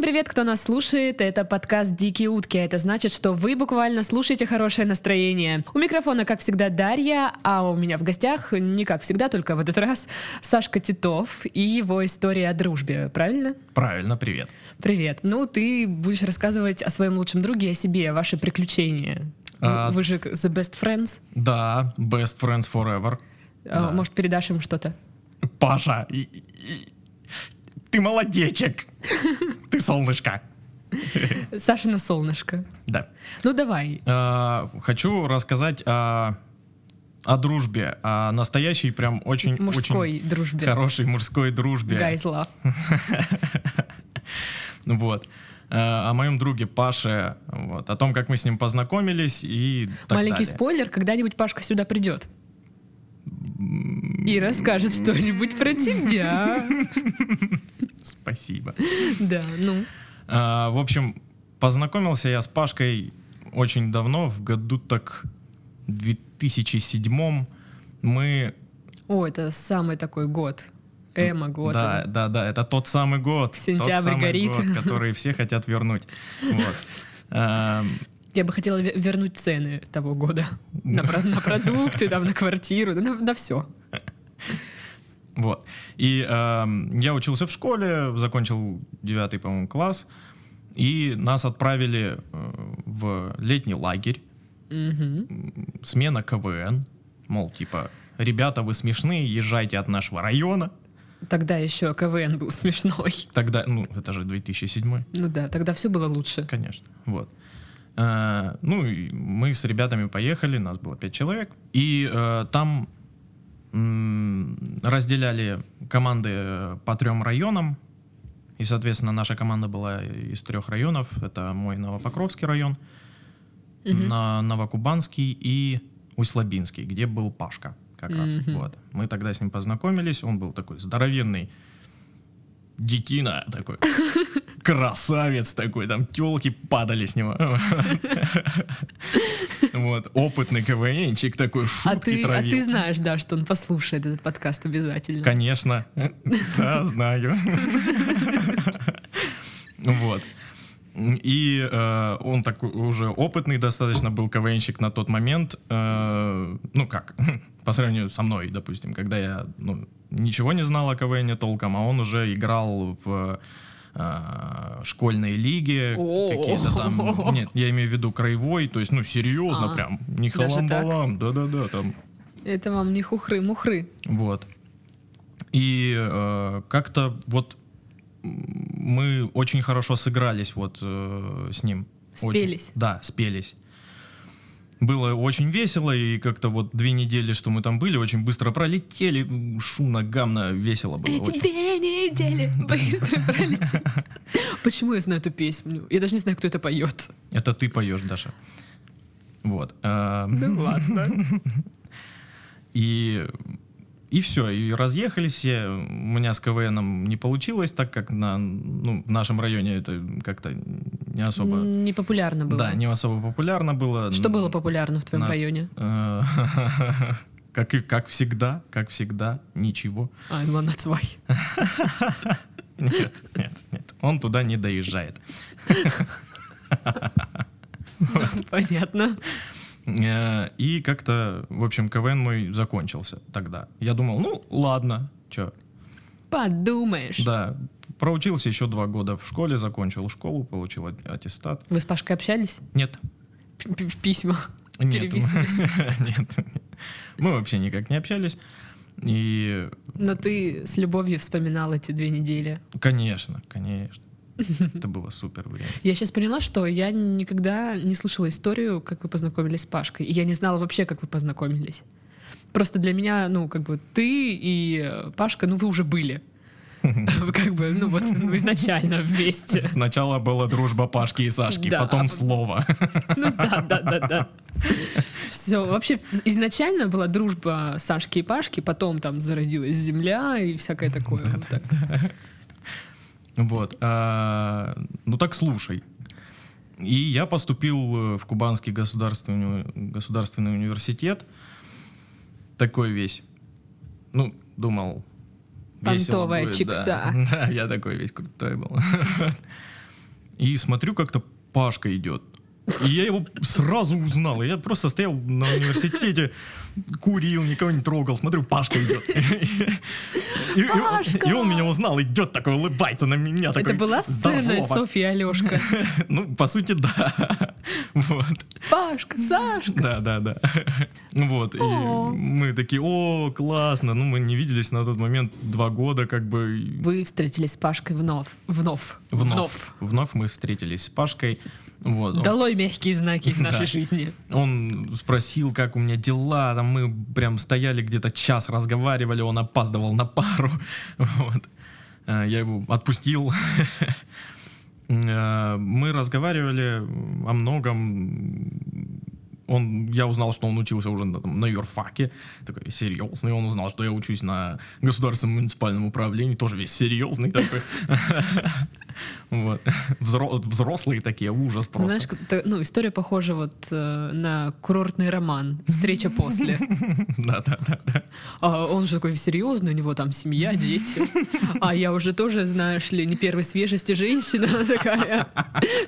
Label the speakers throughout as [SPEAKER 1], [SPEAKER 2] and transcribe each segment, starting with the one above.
[SPEAKER 1] привет, кто нас слушает. Это подкаст «Дикие утки». Это значит, что вы буквально слушаете хорошее настроение. У микрофона, как всегда, Дарья, а у меня в гостях, не как всегда, только в этот раз, Сашка Титов и его история о дружбе. Правильно?
[SPEAKER 2] Правильно, привет.
[SPEAKER 1] Привет. Ну, ты будешь рассказывать о своем лучшем друге и о себе, ваши приключения. Вы-
[SPEAKER 2] А-
[SPEAKER 1] Вы же The Best Friends.
[SPEAKER 2] Да, best friends forever.
[SPEAKER 1] А,
[SPEAKER 2] Да.
[SPEAKER 1] Может, передашь им что-то?
[SPEAKER 2] Паша, и- и- ты молодечек. Ты солнышко.
[SPEAKER 1] Сашина солнышко.
[SPEAKER 2] Да.
[SPEAKER 1] Ну, давай.
[SPEAKER 2] А, Хочу рассказать о о дружбе, о настоящей прям очень
[SPEAKER 1] Мужской
[SPEAKER 2] очень
[SPEAKER 1] дружбе.
[SPEAKER 2] хорошей мужской дружбе.
[SPEAKER 1] Guys love.
[SPEAKER 2] Вот. Э, О моем друге Паше, вот, о том, как мы с ним познакомились и так
[SPEAKER 1] Маленький
[SPEAKER 2] далее.
[SPEAKER 1] спойлер, когда-нибудь Пашка сюда придет. И расскажет что-нибудь про тебя.
[SPEAKER 2] Спасибо.
[SPEAKER 1] Да, ну.
[SPEAKER 2] А, В общем, познакомился я с Пашкой очень давно, в году так 2007 мы...
[SPEAKER 1] О, это самый такой год. Эмо год.
[SPEAKER 2] да, да, да, это тот самый год. тот
[SPEAKER 1] Сентябрь
[SPEAKER 2] самый
[SPEAKER 1] горит.
[SPEAKER 2] год, который все хотят вернуть. Вот. Эм,
[SPEAKER 1] Я бы хотела ве- вернуть цены того года. На, про- на продукты, там, на квартиру, да на, все.
[SPEAKER 2] Вот. И эм, я учился в школе, закончил 9, по-моему, класс. И нас отправили э, в летний лагерь. смена КВН, мол, типа, ребята, вы смешные, езжайте от нашего района.
[SPEAKER 1] Тогда еще КВН был смешной.
[SPEAKER 2] Тогда, ну, это же 2007,
[SPEAKER 1] Ну да, тогда все было лучше.
[SPEAKER 2] конечно, вот. Э, Ну, и мы с ребятами поехали, нас было пять человек, и э, там м, разделяли команды э, по трем районам, и, соответственно, наша команда была из трех районов, это мой Новопокровский район,
[SPEAKER 1] Мгм.
[SPEAKER 2] на Новокубанский и Усть-Лабинский, где был Пашка как раз.
[SPEAKER 1] Мгм.
[SPEAKER 2] Вот. Мы тогда с ним познакомились, он был такой здоровенный детина такой, красавец такой, там телки падали с него. Вот, опытный КВНчик такой,
[SPEAKER 1] А
[SPEAKER 2] шутки
[SPEAKER 1] ты, а ты
[SPEAKER 2] травил.
[SPEAKER 1] знаешь, да, что он послушает этот подкаст обязательно.
[SPEAKER 2] Конечно, да, знаю. Вот. И э, он такой уже опытный достаточно был КВНщик на тот момент. Э, ну как, по сравнению со мной, допустим, когда я ну, ничего не знал о КВНе толком, а он уже играл в э, школьной лиге,
[SPEAKER 1] О.
[SPEAKER 2] какие-то там... Нет, я имею в виду краевой, то есть, ну, серьезно
[SPEAKER 1] А,
[SPEAKER 2] прям, не
[SPEAKER 1] даже так?
[SPEAKER 2] халам-балам, да-да-да, там
[SPEAKER 1] Это вам не хухры-мухры.
[SPEAKER 2] вот. И э, как-то вот м, мы очень хорошо сыгрались вот э, с ним. Очень.
[SPEAKER 1] Спелись.
[SPEAKER 2] Да, спелись. Было очень весело, и как-то вот две недели, что мы там были, очень быстро пролетели, м, шумно, гамно, весело было.
[SPEAKER 1] Эти
[SPEAKER 2] очень.
[SPEAKER 1] две недели быстро пролетели. Почему я знаю эту песню? Я даже не знаю, кто это поет.
[SPEAKER 2] Это ты поешь, Даша. Вот. э,
[SPEAKER 1] Ну ладно.
[SPEAKER 2] И, и все, и разъехались все. У меня с КВНом не получилось, так как на, ну, в нашем районе это как-то не особо...
[SPEAKER 1] Не популярно было.
[SPEAKER 2] Да, не особо популярно было.
[SPEAKER 1] Что было популярно в твоем
[SPEAKER 2] Нас-
[SPEAKER 1] районе?
[SPEAKER 2] Э, Как, и, как всегда, как всегда, ничего.
[SPEAKER 1] А, ну Ланацвай.
[SPEAKER 2] Нет, нет, нет. Он туда не доезжает.
[SPEAKER 1] Понятно.
[SPEAKER 2] Э, И как-то, в общем, КВН мой закончился тогда. Я думал, ну ладно, чё,
[SPEAKER 1] Подумаешь.
[SPEAKER 2] Да, проучился еще два года в школе, закончил школу, получил ат- аттестат.
[SPEAKER 1] Вы с Пашкой общались?
[SPEAKER 2] Нет,
[SPEAKER 1] П- п- В письмах.
[SPEAKER 2] нет,
[SPEAKER 1] Переписывались.
[SPEAKER 2] нет, мы вообще никак не общались. И,
[SPEAKER 1] Но ты с любовью вспоминал эти две недели.
[SPEAKER 2] конечно, конечно, это было супер время.
[SPEAKER 1] Я сейчас поняла, что я никогда не слышала историю, как вы познакомились с Пашкой. И я не знала вообще, как вы познакомились. Просто для меня, ну, как бы ты и э, Пашка, ну, вы уже были. Вы как бы, ну, вот ну, изначально вместе.
[SPEAKER 2] Сначала была дружба Пашки и Сашки,
[SPEAKER 1] Да, а
[SPEAKER 2] потом
[SPEAKER 1] пот-
[SPEAKER 2] слово.
[SPEAKER 1] Ну, да, да, да, да. Все, вообще, изначально была дружба Сашки и Пашки, потом там зародилась земля и всякое такое. вот так.
[SPEAKER 2] Вот. а, Ну так слушай. И я поступил э, в Кубанский государственный, государственный университет. Такой весь. Ну, думал, весело
[SPEAKER 1] Понтовая
[SPEAKER 2] будет,
[SPEAKER 1] чикса.
[SPEAKER 2] Да. Да, я такой весь крутой был. И смотрю, как-то Пашка идет. И я его сразу узнал. Я просто стоял на университете, курил, никого не трогал. Смотрю, Пашка идет. И- и он-
[SPEAKER 1] Пашка!
[SPEAKER 2] И он меня узнал, идет такой, улыбается на меня.
[SPEAKER 1] Это
[SPEAKER 2] такой,
[SPEAKER 1] была сцена
[SPEAKER 2] «Здорово!»
[SPEAKER 1] Софья и Алешка.
[SPEAKER 2] Ну, по сути, да. Вот.
[SPEAKER 1] Пашка, Сашка.
[SPEAKER 2] Да, да, да. Вот. И
[SPEAKER 1] О.
[SPEAKER 2] мы такие, о, классно. Ну, мы не виделись на тот момент два года, как бы. и
[SPEAKER 1] Вы встретились с Пашкой вновь. Вновь.
[SPEAKER 2] Вновь. Вновь мы встретились с Пашкой. Вот. Он-
[SPEAKER 1] Долой мягкие знаки из
[SPEAKER 2] Да.
[SPEAKER 1] нашей жизни.
[SPEAKER 2] Он спросил, как у меня дела, там мы прям стояли где-то час, разговаривали, он опаздывал на пару, вот. Э, Я его отпустил. Э, Мы разговаривали о многом. Он, я узнал, что он учился уже на, там, на юрфаке, такой серьезный. Он узнал, что я учусь на государственном муниципальном управлении, тоже весь серьезный такой. Вот. Взро- Взрослые такие, ужас просто.
[SPEAKER 1] Знаешь, как- та- ну, история похожа вот э, на курортный роман «Встреча после».
[SPEAKER 2] Да, да, да, да.
[SPEAKER 1] А он же такой серьезный, у него там семья, дети. А я уже тоже, знаешь ли, не первой свежести женщина она такая.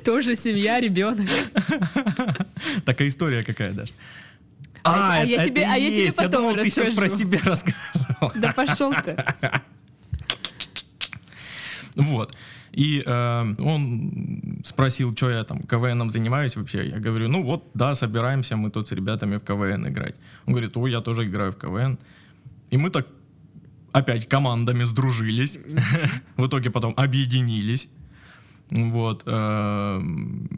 [SPEAKER 1] Тоже семья, ребенок.
[SPEAKER 2] Такая история какая даже.
[SPEAKER 1] А, а я
[SPEAKER 2] это-
[SPEAKER 1] тебе-
[SPEAKER 2] это
[SPEAKER 1] а я
[SPEAKER 2] и
[SPEAKER 1] тебе
[SPEAKER 2] есть.
[SPEAKER 1] потом
[SPEAKER 2] думал, ты сейчас
[SPEAKER 1] расскажу.
[SPEAKER 2] про себя рассказывал.
[SPEAKER 1] Да пошел ты.
[SPEAKER 2] Вот. И э, он спросил, что я там КВНом занимаюсь вообще. Я говорю, ну вот, да, собираемся мы тут с ребятами в КВН играть. Он говорит, ой, я тоже играю в КВН. И мы так опять командами сдружились. В итоге потом объединились. Вот. эм,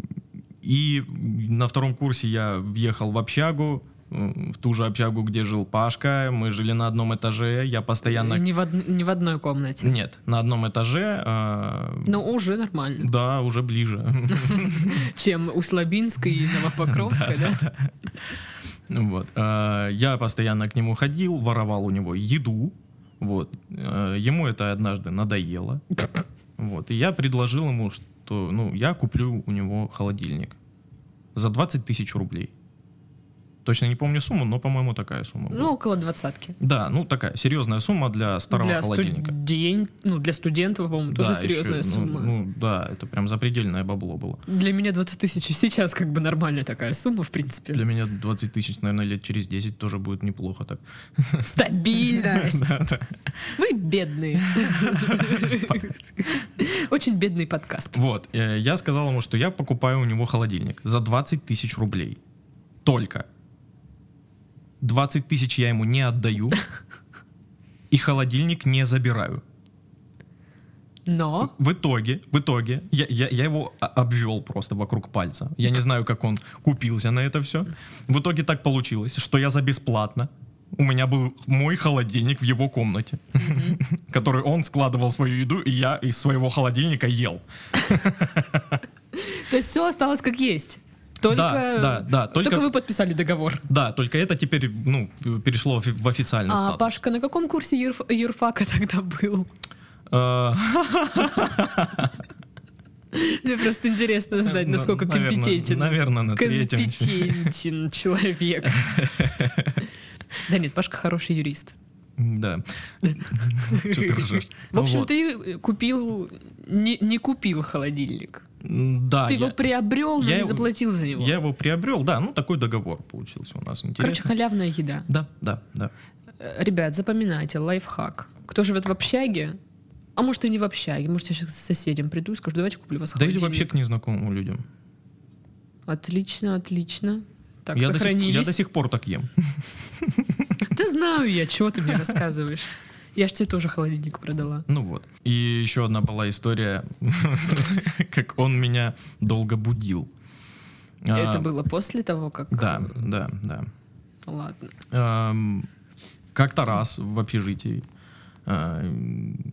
[SPEAKER 2] И на втором курсе я въехал в общагу, м, в ту же общагу, где жил Пашка. Мы жили на одном этаже. Я постоянно...
[SPEAKER 1] Не в од- не в одной комнате.
[SPEAKER 2] Нет, на одном этаже. э,
[SPEAKER 1] Ну, уже нормально.
[SPEAKER 2] да, уже ближе.
[SPEAKER 1] Чем у Слабинской и Новопокровской, да?
[SPEAKER 2] Вот. Э, Я постоянно к нему ходил, воровал у него еду. Вот. Э, Ему это однажды надоело. Вот. И я предложил ему, что ну, я куплю у него холодильник за 20 тысяч рублей. Точно не помню сумму, но, по-моему, такая сумма. была.
[SPEAKER 1] Ну, около двадцатки.
[SPEAKER 2] да, ну такая серьезная сумма для старого
[SPEAKER 1] Для
[SPEAKER 2] холодильника.
[SPEAKER 1] студен- ну, для студентов, по-моему, тоже
[SPEAKER 2] Да, еще,
[SPEAKER 1] серьезная
[SPEAKER 2] ну,
[SPEAKER 1] сумма.
[SPEAKER 2] ну да, это прям запредельное бабло было.
[SPEAKER 1] Для меня 20 тысяч и сейчас как бы нормальная такая сумма, в принципе.
[SPEAKER 2] Для меня 20 тысяч, наверное, лет через 10 тоже будет неплохо так.
[SPEAKER 1] Стабильность. Вы бедные. Очень бедный подкаст.
[SPEAKER 2] Вот, э, я сказал ему, что я покупаю у него холодильник за 20 тысяч рублей. Только. 20 тысяч я ему не отдаю. И холодильник не забираю.
[SPEAKER 1] Но
[SPEAKER 2] В итоге, в итоге, я, я, я его о- обвел просто вокруг пальца. Я не знаю, как он купился на это все. В итоге так получилось, что я за бесплатно. У меня был мой холодильник в его комнате, который он складывал свою еду, и я из своего холодильника ел.
[SPEAKER 1] То есть все осталось как есть. Только,
[SPEAKER 2] да, да, только-
[SPEAKER 1] только... вы подписали договор.
[SPEAKER 2] Да, только это теперь, ну, перешло в в официальный
[SPEAKER 1] А
[SPEAKER 2] статус.
[SPEAKER 1] Пашка на каком курсе юрф- юрфака тогда был?
[SPEAKER 2] Э,
[SPEAKER 1] Мне просто интересно знать,
[SPEAKER 2] на-
[SPEAKER 1] насколько
[SPEAKER 2] Ну, наверно-
[SPEAKER 1] компетентен.
[SPEAKER 2] Наверное, на третьем.
[SPEAKER 1] Компетентен человек. Да нет, Пашка хороший юрист.
[SPEAKER 2] Да. Чё ты ржёшь? Ну
[SPEAKER 1] В общем,
[SPEAKER 2] Вот.
[SPEAKER 1] ты купил, не, не купил холодильник.
[SPEAKER 2] М, Да,
[SPEAKER 1] ты его
[SPEAKER 2] А я-
[SPEAKER 1] приобрел, но
[SPEAKER 2] я
[SPEAKER 1] не
[SPEAKER 2] его-
[SPEAKER 1] заплатил за него.
[SPEAKER 2] я его приобрел, да, ну такой договор получился у нас.
[SPEAKER 1] Короче,
[SPEAKER 2] Интересно.
[SPEAKER 1] халявная еда.
[SPEAKER 2] Да, да, да.
[SPEAKER 1] Э, Ребят, запоминайте, лайфхак. Кто живет в общаге, а может и не в общаге, может я сейчас к соседям приду и скажу, давайте куплю у вас
[SPEAKER 2] Да или
[SPEAKER 1] холодильник».
[SPEAKER 2] вообще к незнакомым людям.
[SPEAKER 1] Отлично, отлично. Так,
[SPEAKER 2] Я до, сих,
[SPEAKER 1] сохранились.
[SPEAKER 2] я до сих пор так ем.
[SPEAKER 1] Да знаю я, чего ты мне рассказываешь. Я ж тебе тоже холодильник продала.
[SPEAKER 2] Ну вот. И еще одна была история, как он меня долго будил. А,
[SPEAKER 1] Это было после того, как...
[SPEAKER 2] Да, да, да.
[SPEAKER 1] Ладно.
[SPEAKER 2] Эм, Как-то раз в общежитии э,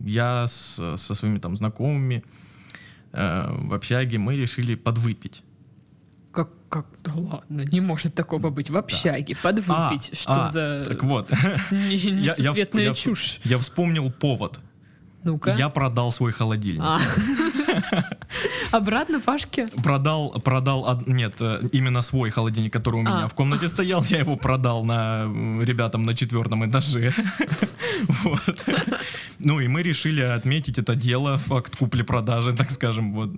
[SPEAKER 2] я с- со своими там знакомыми э, в общаге мы решили подвыпить.
[SPEAKER 1] Как, как, да ладно, не может такого быть в общаге, подвыпить,
[SPEAKER 2] А,
[SPEAKER 1] что
[SPEAKER 2] а,
[SPEAKER 1] за
[SPEAKER 2] Так вот,
[SPEAKER 1] не-
[SPEAKER 2] я- я всп-
[SPEAKER 1] несусветная
[SPEAKER 2] я всп-
[SPEAKER 1] чушь.
[SPEAKER 2] я вспомнил повод.
[SPEAKER 1] Ну-ка.
[SPEAKER 2] Я продал свой холодильник.
[SPEAKER 1] А. Обратно Пашке?
[SPEAKER 2] Продал, продал, од- нет, э, именно свой холодильник, который у меня
[SPEAKER 1] А.
[SPEAKER 2] в комнате стоял, я его продал на м, ребятам на четвертом этаже. Вот. Ну и мы решили отметить это дело, факт купли-продажи, так скажем, вот.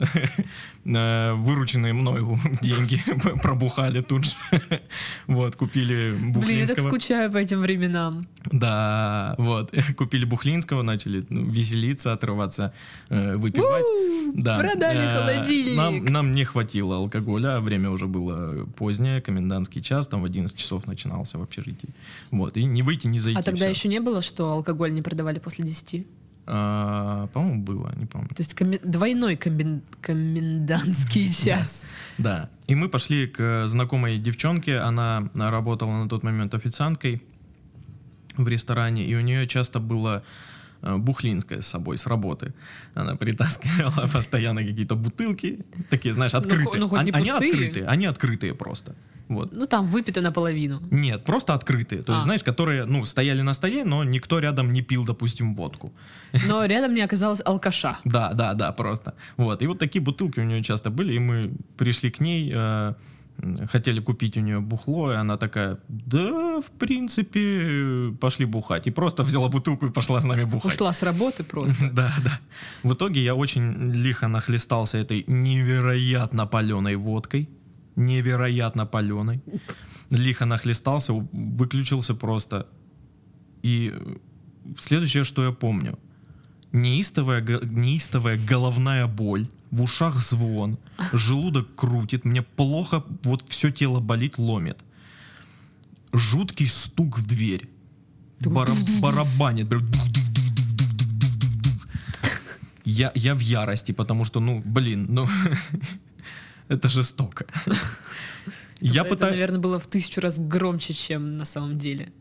[SPEAKER 2] Э, Вырученные мною деньги пробухали тут же. Вот, купили
[SPEAKER 1] Блин, я так
[SPEAKER 2] Бухлинского.
[SPEAKER 1] скучаю по этим временам.
[SPEAKER 2] Да, вот. Купили Бухлинского, начали ну, веселиться, отрываться, э, выпивать.
[SPEAKER 1] У,
[SPEAKER 2] Да.
[SPEAKER 1] Продали
[SPEAKER 2] Э,
[SPEAKER 1] холодильник. А
[SPEAKER 2] Нам, нам не хватило алкоголя, время уже было позднее, комендантский час, там в 11 часов начинался в общежитии. Вот, и не выйти, не зайти.
[SPEAKER 1] А тогда
[SPEAKER 2] всё.
[SPEAKER 1] еще не было, что алкоголь не продавали после 10?
[SPEAKER 2] А, по-моему, было, не помню.
[SPEAKER 1] То есть коме- двойной комен- комендантский час.
[SPEAKER 2] Да. И мы пошли к знакомой девчонке. Она работала на тот момент официанткой в ресторане, и у нее часто было э, бухлинское с собой с работы. Она притаскивала постоянно какие-то бутылки, такие, знаешь,
[SPEAKER 1] Ну, хо-
[SPEAKER 2] открытые.
[SPEAKER 1] ну, хоть не
[SPEAKER 2] Они- они
[SPEAKER 1] пустые.
[SPEAKER 2] открытые, они открытые просто. Вот.
[SPEAKER 1] Ну там выпито наполовину.
[SPEAKER 2] Нет, просто открытые. То есть,
[SPEAKER 1] А.
[SPEAKER 2] знаешь, которые, ну, стояли на столе, но никто рядом не пил, допустим, водку.
[SPEAKER 1] Но рядом не оказалось алкаша.
[SPEAKER 2] Да, да, да, просто. Вот. И вот такие бутылки у нее часто были, и мы пришли к ней, э, м, хотели купить у нее бухло, и она такая, да, в принципе, э, пошли бухать. И просто взяла бутылку и пошла с нами бухать.
[SPEAKER 1] Ушла с работы просто.
[SPEAKER 2] Да, да. В итоге я очень лихо нахлестался этой невероятно паленой водкой. Невероятно паленой. Лихо нахлестался, у- выключился просто. И э, следующее, что я помню. Неистовая, го- неистовая головная боль, в ушах звон, желудок крутит, мне плохо, вот все тело болит, ломит. Жуткий стук в дверь. Бара- барабанит. прям дух-дух-дух-дух-дух-дух-дух-дух. Я, я в ярости, потому что, ну, блин, ну, это жестоко. Я
[SPEAKER 1] Это,
[SPEAKER 2] пытаюсь...
[SPEAKER 1] наверное, было в тысячу раз громче, чем на самом деле.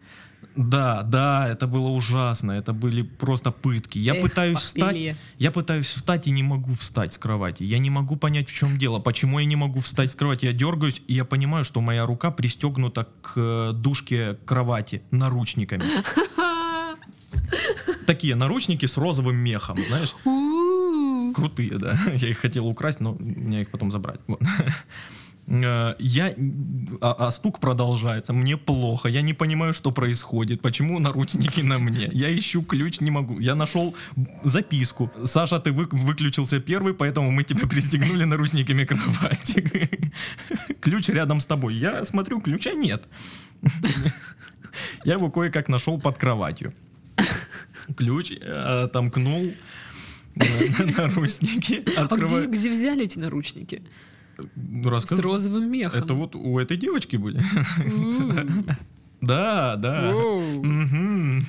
[SPEAKER 2] Да, да, это было ужасно, это были просто пытки. Я
[SPEAKER 1] Эх,
[SPEAKER 2] пытаюсь встать,
[SPEAKER 1] папилье.
[SPEAKER 2] я пытаюсь встать и не могу встать с кровати. Я не могу понять, в чем дело, почему я не могу встать с кровати. Я дергаюсь, и я понимаю, что моя рука пристегнута к э, дужке кровати наручниками. Такие наручники с розовым мехом, знаешь?
[SPEAKER 1] У-у-у.
[SPEAKER 2] Крутые, да. Я их хотел украсть, но меня их потом забрали. Вот. Э, Я... А, а стук продолжается. Мне плохо. Я не понимаю, что происходит. Почему наручники на мне? Я ищу ключ, не могу. Я нашел записку. Саша, ты вы- выключился первый, поэтому мы тебя пристегнули наручниками к кровати. Ключ рядом с тобой. Я смотрю, ключа нет. Я его кое-как нашел под кроватью. Ключ э, отомкнул э, наручники.
[SPEAKER 1] А где,
[SPEAKER 2] Открываю.
[SPEAKER 1] где взяли эти наручники? С
[SPEAKER 2] Расскажу.
[SPEAKER 1] розовым мехом.
[SPEAKER 2] Ну, Это вот у этой девочки были.
[SPEAKER 1] У-у.
[SPEAKER 2] Да, да.
[SPEAKER 1] Воу.
[SPEAKER 2] Мгм.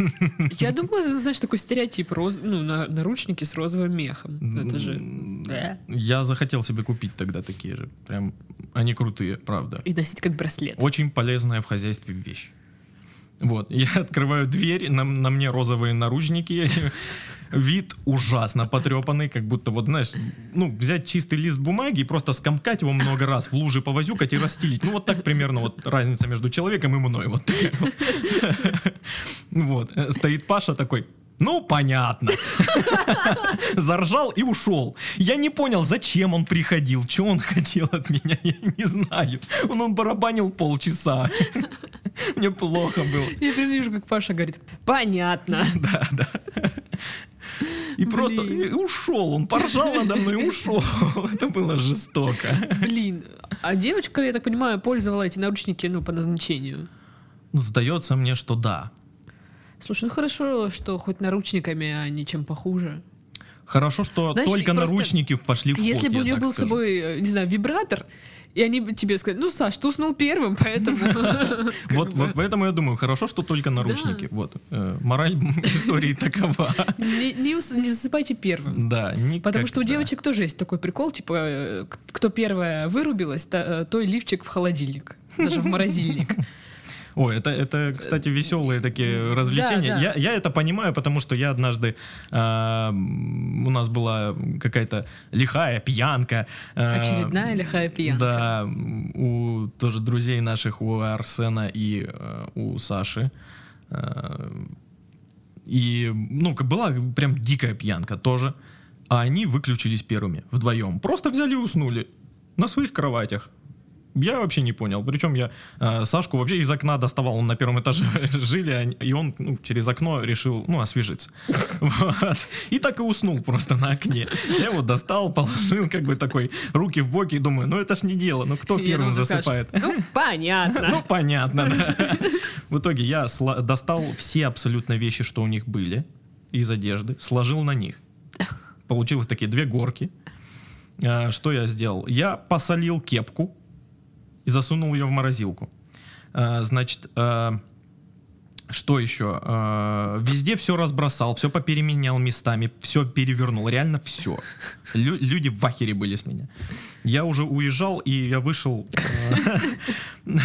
[SPEAKER 1] Я думала, это, знаешь, такой стереотип, роз- ну, на- наручники с розовым мехом. Ну, Это же... Да.
[SPEAKER 2] Я захотел себе купить тогда такие же. Прям они крутые, правда.
[SPEAKER 1] И носить как браслет.
[SPEAKER 2] Очень полезная в хозяйстве вещь. Вот, я открываю дверь, на, на мне розовые наручники, вид ужасно потрепанный, как будто, вот знаешь, ну, взять чистый лист бумаги и просто скомкать его много раз, в луже повозюкать и расстелить. Ну, вот так примерно вот разница между человеком и мной. Вот, такая вот. вот. э, стоит Паша такой, ну, понятно. Заржал и ушел. Я не понял, зачем он приходил, что он хотел от меня, я не знаю. Он, он барабанил полчаса. Мне плохо было.
[SPEAKER 1] Я прям вижу, как Паша говорит, понятно.
[SPEAKER 2] Да, да. И просто
[SPEAKER 1] Блин.
[SPEAKER 2] и ушел. Он поржал надо мной и ушел. Это было жестоко.
[SPEAKER 1] Блин, а девочка, я так понимаю, пользовала эти наручники, ну, по назначению.
[SPEAKER 2] Ну, Сдается мне, что да.
[SPEAKER 1] Слушай, ну хорошо, что хоть наручниками, а не чем похуже.
[SPEAKER 2] Хорошо, что
[SPEAKER 1] Знаешь,
[SPEAKER 2] только
[SPEAKER 1] просто
[SPEAKER 2] наручники пошли в ход,
[SPEAKER 1] Если бы
[SPEAKER 2] я
[SPEAKER 1] у нее
[SPEAKER 2] так
[SPEAKER 1] был с
[SPEAKER 2] скажу.
[SPEAKER 1] собой, э, не знаю, вибратор, и они бы тебе сказали, ну, Саш, ты уснул первым, поэтому...
[SPEAKER 2] Вот, вот поэтому я думаю, хорошо, что только наручники. Вот. Э, мораль истории такова.
[SPEAKER 1] Не не ус- не засыпайте первым.
[SPEAKER 2] Да,
[SPEAKER 1] Потому что у
[SPEAKER 2] никогда.
[SPEAKER 1] девочек тоже есть такой прикол, типа, э, к- кто первая вырубилась, та- э, той лифчик в холодильник, даже в морозильник.
[SPEAKER 2] Ой, это, это, кстати, веселые такие развлечения.
[SPEAKER 1] да.
[SPEAKER 2] Я, я это понимаю, потому что я однажды а, м, у нас была какая-то лихая пьянка. а,
[SPEAKER 1] Очередная лихая пьянка.
[SPEAKER 2] Да, м, у тоже друзей наших, у Арсена и э, у Саши. Э, И, ну, как была прям дикая пьянка тоже. А они выключились первыми, вдвоем. Просто взяли и уснули на своих кроватях. я вообще не понял. Причем я э, Сашку вообще из окна доставал, он на первом этаже жили, они- и он ну, через окно решил, ну, освежиться. Вот. И так и уснул просто на окне. Я его достал, положил, как бы такой, руки в боки, и думаю, ну, это ж не дело, ну, кто
[SPEAKER 1] Я
[SPEAKER 2] первым
[SPEAKER 1] думала, ты скажешь,
[SPEAKER 2] засыпает?
[SPEAKER 1] Ну, понятно.
[SPEAKER 2] Ну, понятно, да. В итоге я сла- достал все абсолютно вещи, что у них были, из одежды, сложил на них. Получилось такие две горки. А, Что я сделал? Я посолил кепку и засунул ее в морозилку. А, Значит, а, что еще? А, Везде все разбросал, все попеременял местами, все перевернул, реально все. Лю- люди в ахере были с меня. Я уже уезжал, и я вышел... э,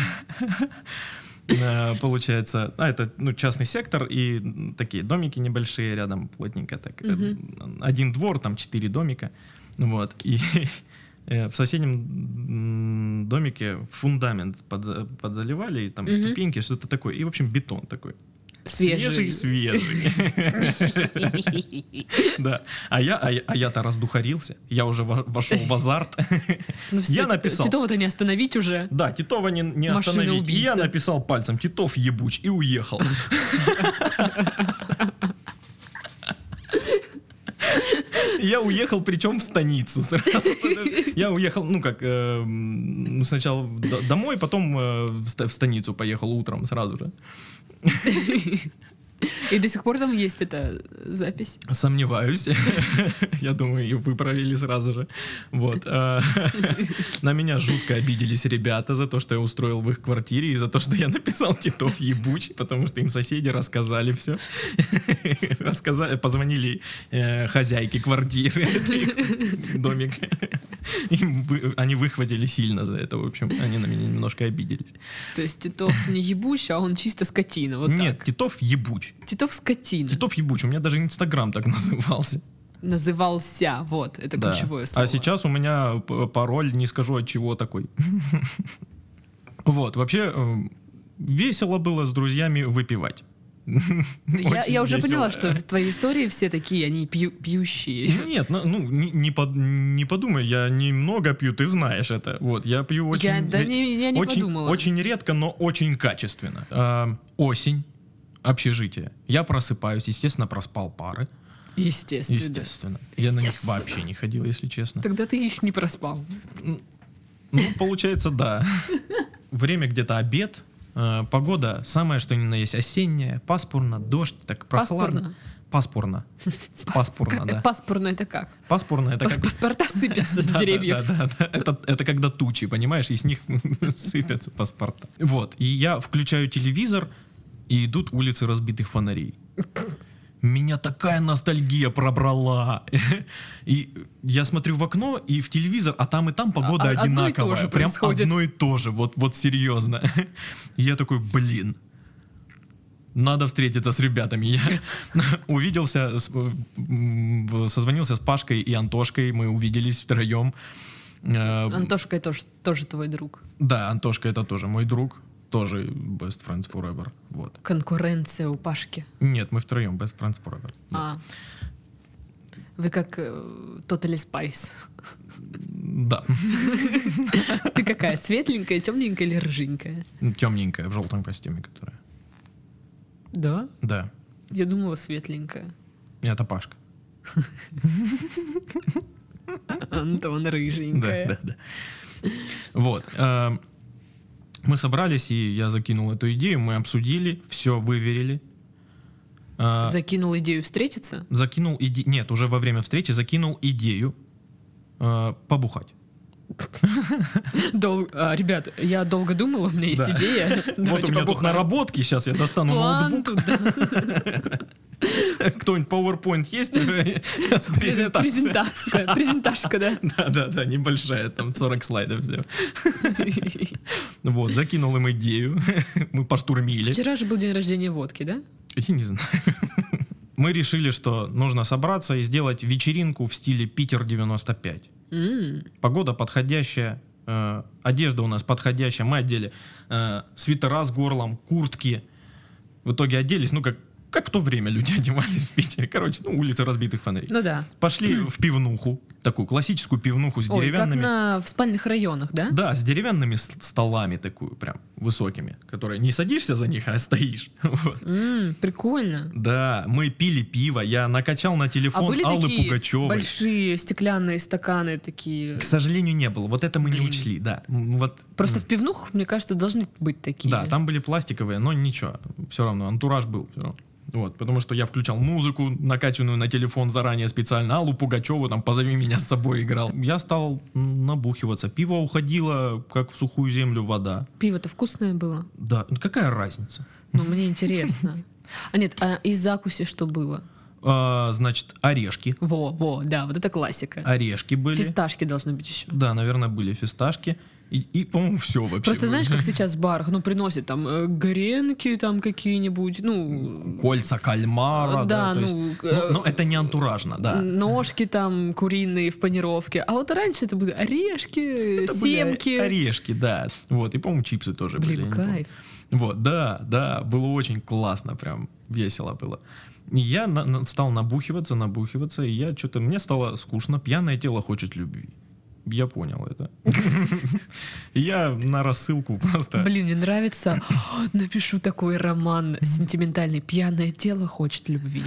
[SPEAKER 2] э, Получается, а это ну, частный сектор и м, такие домики небольшие рядом, плотненько так. Э, Один двор, там четыре домика. Вот. И э, в соседнем м, домике фундамент подза- подзаливали, и там
[SPEAKER 1] Мгм.
[SPEAKER 2] ступеньки, что-то такое. И, в общем, бетон такой.
[SPEAKER 1] Свежий.
[SPEAKER 2] Свежий, Да. А я, а я- а я-то раздухарился. Я уже во- вошел в азарт.
[SPEAKER 1] Ну всё,
[SPEAKER 2] Я
[SPEAKER 1] Тит-
[SPEAKER 2] написал.
[SPEAKER 1] Титова-то не остановить уже.
[SPEAKER 2] Да, Титова не, не
[SPEAKER 1] Машина
[SPEAKER 2] остановить. И я
[SPEAKER 1] убийца.
[SPEAKER 2] написал пальцем Титов ебуч и уехал. Я уехал, причем в станицу сразу. Я уехал, ну как, эм, ну сначала д- домой, потом э, в ста- в станицу поехал утром сразу же.
[SPEAKER 1] И до сих пор там есть эта э, запись.
[SPEAKER 2] Сомневаюсь. Я думаю, ее выправили сразу же. Вот. а, На меня жутко обиделись ребята за то, что я устроил в их квартире и за то, что я написал Титов ебуч, потому что им соседи рассказали все. Рассказали, позвонили э, хозяйке квартиры, это их домик. Им вы- Они выхватили сильно за это, в общем. Они на меня немножко обиделись.
[SPEAKER 1] То есть Титов не ебущий, а он чисто скотина. Вот
[SPEAKER 2] Нет, Титов ебуч.
[SPEAKER 1] так. Титов скотина.
[SPEAKER 2] Титов ебуч. У меня даже инстаграм так назывался.
[SPEAKER 1] Назывался. Вот, это
[SPEAKER 2] Да.
[SPEAKER 1] ключевое слово.
[SPEAKER 2] А сейчас у меня п- пароль, не скажу от чего такой. Вот, вообще эм, весело было с друзьями выпивать.
[SPEAKER 1] Я,
[SPEAKER 2] Очень
[SPEAKER 1] я уже
[SPEAKER 2] весело.
[SPEAKER 1] поняла, что в твоей истории все такие, они пью- пьющие.
[SPEAKER 2] Нет, ну, ну, не, не под- не подумай, я немного пью, ты знаешь это. Вот, я пью очень...
[SPEAKER 1] я, да не, я не
[SPEAKER 2] очень,
[SPEAKER 1] подумала.
[SPEAKER 2] очень редко, но очень качественно. Эм, осень, общежитие. Я просыпаюсь, естественно, проспал пары.
[SPEAKER 1] Естественно.
[SPEAKER 2] Естественно. Я на них
[SPEAKER 1] Естественно.
[SPEAKER 2] вообще не ходил, если честно.
[SPEAKER 1] Тогда ты их не проспал.
[SPEAKER 2] Ну, получается, да. Время где-то обед. Э, Погода самая что ни на есть осенняя, пасмурно, дождь, так прохладно. Паспорно. Паспорно,
[SPEAKER 1] Как-
[SPEAKER 2] да.
[SPEAKER 1] Паспорно это как?
[SPEAKER 2] Паспорно это как...
[SPEAKER 1] Паспорта сыпятся с
[SPEAKER 2] Да, да,
[SPEAKER 1] деревьев.
[SPEAKER 2] да, да, да. Это, это когда тучи, понимаешь, и с них сыпятся паспорта. Вот, и я включаю телевизор, и идут улицы разбитых фонарей. Меня такая ностальгия пробрала. И я смотрю в окно и в телевизор, а там и там погода
[SPEAKER 1] А- одно и то
[SPEAKER 2] одинаковая.
[SPEAKER 1] же
[SPEAKER 2] Прям
[SPEAKER 1] происходит.
[SPEAKER 2] одно и то же, вот, вот серьезно. И я такой, блин, надо встретиться с ребятами. Я увиделся, с- м, созвонился с Пашкой и Антошкой, мы увиделись втроем. Э,
[SPEAKER 1] Антошка это тоже, тоже твой друг.
[SPEAKER 2] Да, Антошка это тоже мой друг, тоже best friends forever. Вот.
[SPEAKER 1] Конкуренция у Пашки.
[SPEAKER 2] Нет, мы втроем best friends forever.
[SPEAKER 1] А. Вы как э, Totally Spice.
[SPEAKER 2] Да,
[SPEAKER 1] Ты какая, светленькая, темненькая или рыженькая?
[SPEAKER 2] темненькая в желтом костюме, которая.
[SPEAKER 1] Да?
[SPEAKER 2] Да,
[SPEAKER 1] Я думала, светленькая.
[SPEAKER 2] это Пашка.
[SPEAKER 1] А? Антон
[SPEAKER 2] Да,
[SPEAKER 1] Ну, рыженькая.
[SPEAKER 2] да, да. Вот. эм, Мы собрались, и я закинул эту идею, мы обсудили, все выверили.
[SPEAKER 1] А.
[SPEAKER 2] Э,
[SPEAKER 1] Закинул идею встретиться?
[SPEAKER 2] закинул идею, нет, уже во время встречи закинул идею э, побухать.
[SPEAKER 1] Дол- а, ребят, я долго думала, у меня есть
[SPEAKER 2] Да.
[SPEAKER 1] идея.
[SPEAKER 2] вот у
[SPEAKER 1] Давайте
[SPEAKER 2] меня тут
[SPEAKER 1] побухаем.
[SPEAKER 2] наработки, сейчас я достану
[SPEAKER 1] План
[SPEAKER 2] ноутбук.
[SPEAKER 1] тут, да,
[SPEAKER 2] Кто-нибудь PowerPoint есть? Сейчас презентация.
[SPEAKER 1] презентация, презентажка, да.
[SPEAKER 2] Да-да-да, небольшая, там 40 слайдов всего. Вот, закинул им идею, мы поштурмили.
[SPEAKER 1] Вчера же был день рождения водки, да?
[SPEAKER 2] Я не знаю. Мы решили, что нужно собраться и сделать вечеринку в стиле Питер 95.
[SPEAKER 1] М,
[SPEAKER 2] Погода подходящая, э, одежда у нас подходящая. Мы одели э, свитера с горлом, куртки. В итоге оделись, ну как, как в то время люди одевались в Питере. Короче, ну улица разбитых фонарей.
[SPEAKER 1] Ну да.
[SPEAKER 2] Пошли в пивнуху. такую классическую пивнуху с
[SPEAKER 1] Ой, как
[SPEAKER 2] деревянными...
[SPEAKER 1] на... в спальных районах, да?
[SPEAKER 2] Да, с деревянными с- столами такую прям высокими, которые не садишься за них, а стоишь. Вот.
[SPEAKER 1] М, прикольно.
[SPEAKER 2] Да, мы пили пиво, я накачал на
[SPEAKER 1] А
[SPEAKER 2] телефон
[SPEAKER 1] были
[SPEAKER 2] Аллы
[SPEAKER 1] такие
[SPEAKER 2] Пугачевой.
[SPEAKER 1] большие стеклянные стаканы такие?
[SPEAKER 2] К сожалению, не было. Вот это мы не
[SPEAKER 1] Блин.
[SPEAKER 2] учли, да. М, Вот,
[SPEAKER 1] Просто
[SPEAKER 2] м,
[SPEAKER 1] в пивнухах, мне кажется, должны быть такие.
[SPEAKER 2] Да, там были пластиковые, но ничего, все равно, антураж был. всё равно. Вот, потому что я включал музыку, накачанную на телефон заранее специально, Аллу Пугачеву там «Позови меня с собой» играл. Я стал м, набухиваться, пиво уходило, как в сухую землю вода.
[SPEAKER 1] Пиво-то вкусное было.
[SPEAKER 2] Да, ну какая разница?
[SPEAKER 1] Ну, мне интересно. А нет, а из закуси что было?
[SPEAKER 2] А, значит, орешки.
[SPEAKER 1] Во, во, да, вот это классика.
[SPEAKER 2] Орешки А были.
[SPEAKER 1] Фисташки должны быть еще.
[SPEAKER 2] Да, наверное, были фисташки. И, и, по-моему, все вообще.
[SPEAKER 1] Просто знаешь, как сейчас в барах, ну, приносят там э, гренки там какие-нибудь, ну,
[SPEAKER 2] Кольца кальмара,
[SPEAKER 1] Да,
[SPEAKER 2] да, то есть-
[SPEAKER 1] ну,
[SPEAKER 2] ну,
[SPEAKER 1] э,
[SPEAKER 2] ну, это не антуражно, да.
[SPEAKER 1] ножки там куриные в панировке. А вот раньше это были орешки,
[SPEAKER 2] Это были о-
[SPEAKER 1] семки.
[SPEAKER 2] Орешки, да. Вот, и, по-моему, чипсы тоже были. я
[SPEAKER 1] Блин,
[SPEAKER 2] не помню.
[SPEAKER 1] кайф.
[SPEAKER 2] Вот, да, да, было очень классно, прям весело было. И Я на- на- стал набухиваться, набухиваться, и я что-то, мне стало скучно, пьяное тело хочет любви. Я понял это. Я на рассылку просто...
[SPEAKER 1] Блин, мне нравится. Напишу такой роман сентиментальный. Пьяное тело хочет любви.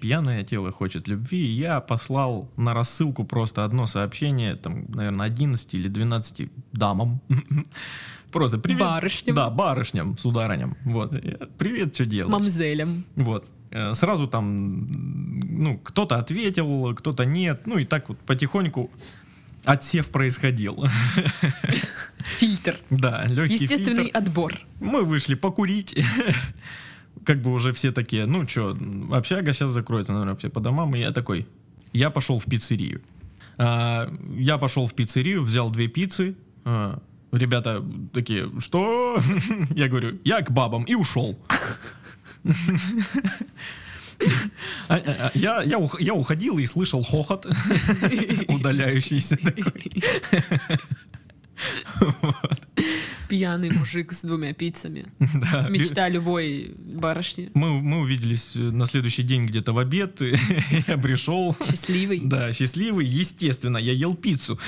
[SPEAKER 2] Пьяное тело хочет любви. и Я послал на рассылку просто одно сообщение, там, наверное, 11 или 12 дамам. Просто привет.
[SPEAKER 1] Барышням.
[SPEAKER 2] Да, барышням, сударыням. Вот. э, Привет, что делаешь?
[SPEAKER 1] Мамзелям.
[SPEAKER 2] Вот. Э, Сразу там, ну, кто-то ответил, кто-то нет. Ну, и так вот потихоньку отсев происходил.
[SPEAKER 1] Фильтр.
[SPEAKER 2] Да, легкий
[SPEAKER 1] Естественный отбор.
[SPEAKER 2] Мы вышли покурить. Как бы уже все такие, ну что, общага сейчас закроется, наверное, все по домам. И я такой, я пошел в пиццерию. А, Я пошел в пиццерию, взял две пиццы. А, Ребята такие, что? Я говорю, я к бабам и ушел. А, а, а, Я, я, ух- я уходил и слышал хохот, удаляющийся такой.
[SPEAKER 1] Пьяный мужик с двумя пиццами.
[SPEAKER 2] Да.
[SPEAKER 1] Мечта любой барышни.
[SPEAKER 2] Мы, мы увиделись э, на следующий день где-то в обед. и Я пришел.
[SPEAKER 1] Счастливый.
[SPEAKER 2] Да, счастливый. Естественно, я ел пиццу.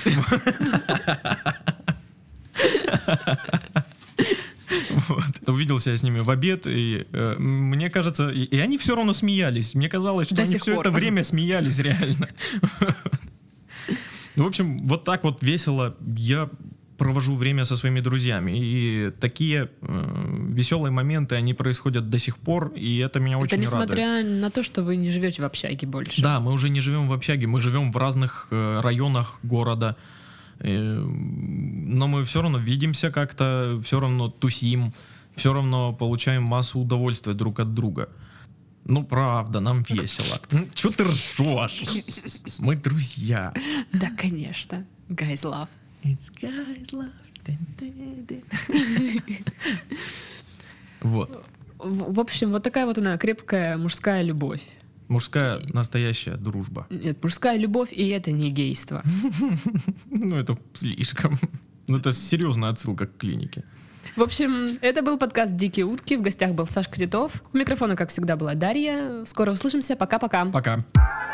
[SPEAKER 2] Вот. Увиделся я с ними в обед, и э, мне кажется, и, и они все равно смеялись. Мне казалось, что
[SPEAKER 1] До
[SPEAKER 2] они
[SPEAKER 1] сих
[SPEAKER 2] все
[SPEAKER 1] пор.
[SPEAKER 2] это время смеялись реально. В общем, вот так вот весело я провожу время со своими друзьями. И такие веселые моменты, они происходят до сих пор, и это меня
[SPEAKER 1] Это
[SPEAKER 2] очень радует.
[SPEAKER 1] несмотря на то, что вы не живете в общаге больше.
[SPEAKER 2] Да, мы уже не живем в общаге, мы живем в разных э, районах города. Э, Но мы все равно видимся как-то, все равно тусим, все равно получаем массу удовольствия друг от друга. Ну, правда, нам весело. Че ты ржешь? Мы друзья.
[SPEAKER 1] Да, конечно. Guys love.
[SPEAKER 2] It's guys love. Дин-дин-дин. Вот.
[SPEAKER 1] В, в общем, вот такая вот она крепкая мужская любовь.
[SPEAKER 2] Мужская настоящая дружба.
[SPEAKER 1] Нет, мужская любовь, и это не гейство.
[SPEAKER 2] Ну, это слишком. Ну, это серьезная отсылка к клинике.
[SPEAKER 1] В общем, это был подкаст «Дикие утки». В гостях был Сашка Титов. У микрофона, как всегда, была Дарья. Скоро услышимся. Пока-пока.
[SPEAKER 2] Пока.